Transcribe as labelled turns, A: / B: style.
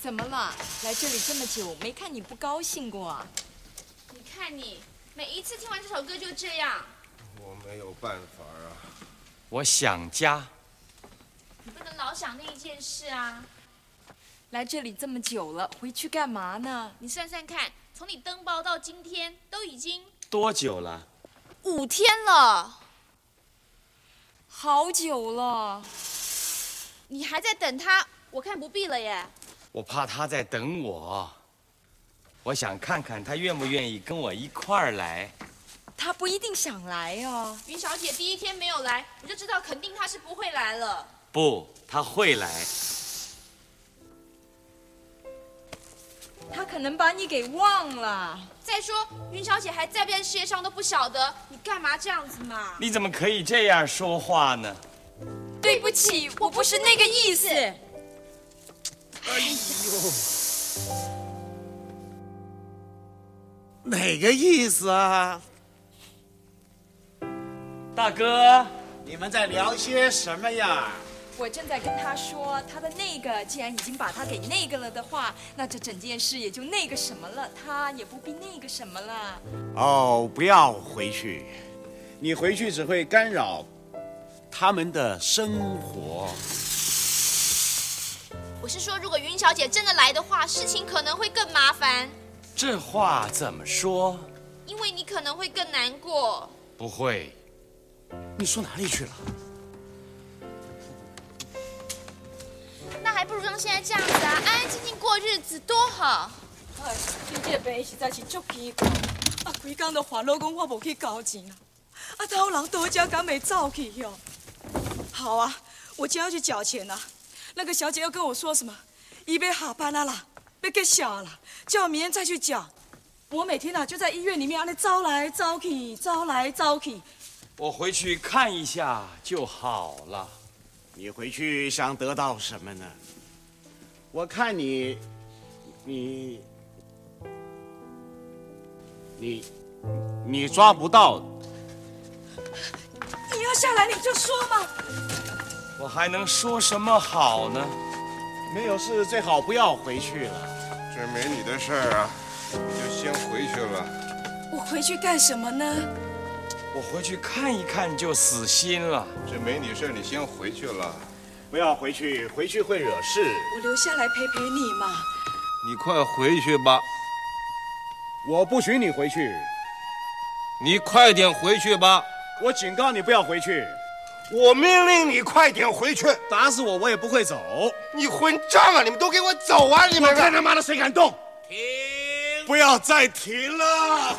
A: 怎么了？来这里这么久，没看你不高兴过啊？
B: 你看你，每一次听完这首歌就这样，
C: 我没有办法啊，
D: 我想家，
B: 你不能老想那一件事啊。
A: 来这里这么久了，回去干嘛呢？
B: 你算算看，从你登报到今天都已经
D: 多久了？
B: 五天了，
A: 好久了，
B: 你还在等他，我看不必了耶。
D: 我怕他在等我，我想看看他愿不愿意跟我一块儿来。
A: 他不一定想来哦。
B: 云小姐第一天没有来，我就知道肯定她是不会来了。
D: 不，他会来。
A: 他可能把你给忘了。
B: 再说，云小姐还在不在世界上都不晓得，你干嘛这样子嘛？
D: 你怎么可以这样说话呢？
A: 对不起，我不是那个意思。
E: 哪个意思啊？
D: 大哥，
E: 你们在聊些什么呀？
A: 我正在跟他说，他的那个既然已经把他给那个了的话，那这整件事也就那个什么了，他也不必那个什么了。
E: 哦，不要回去，你回去只会干扰他们的生活。
B: 我是说，如果云小姐真的来的话，事情可能会更麻烦，
D: 这话怎么说？
B: 因为你可能会更难过。
D: 不会，
E: 你说哪里去了？
B: 那还不如像现在这样子啊，安安静静过日子多好。
F: 哎，经济病实在是足奇怪，啊，规工都烦恼讲我无去交钱啊，啊，倒人多家敢没走去哟。好啊，我今天要去缴钱了、那个小姐要跟我说什么？一被下班了啦，被给下了，叫我明天再去缴。我每天啊就在医院里面啊，那招来招去，招来招去。
D: 我回去看一下就好了。
E: 你回去想得到什么呢？我看你，你，你，你抓不到。
F: 你要下来你就说嘛，
D: 我还能说什么好呢？
E: 没有事，最好不要回去了。
C: 这没你的事儿啊，你就先回去了。
F: 我回去干什么呢？
D: 我回去看一看就死心了。
C: 这没你事儿，你先回去了。
E: 不要回去，回去会惹事。
F: 我留下来陪陪你嘛。
C: 你快回去吧，
E: 我不许你回去。
C: 你快点回去吧。
E: 我警告你不要回去，
C: 我命令你快点回去！
E: 打死我我也不会走。
C: 你混账啊！你们都给我走啊！你们！
E: 看他妈的谁敢动！停！不要再停了！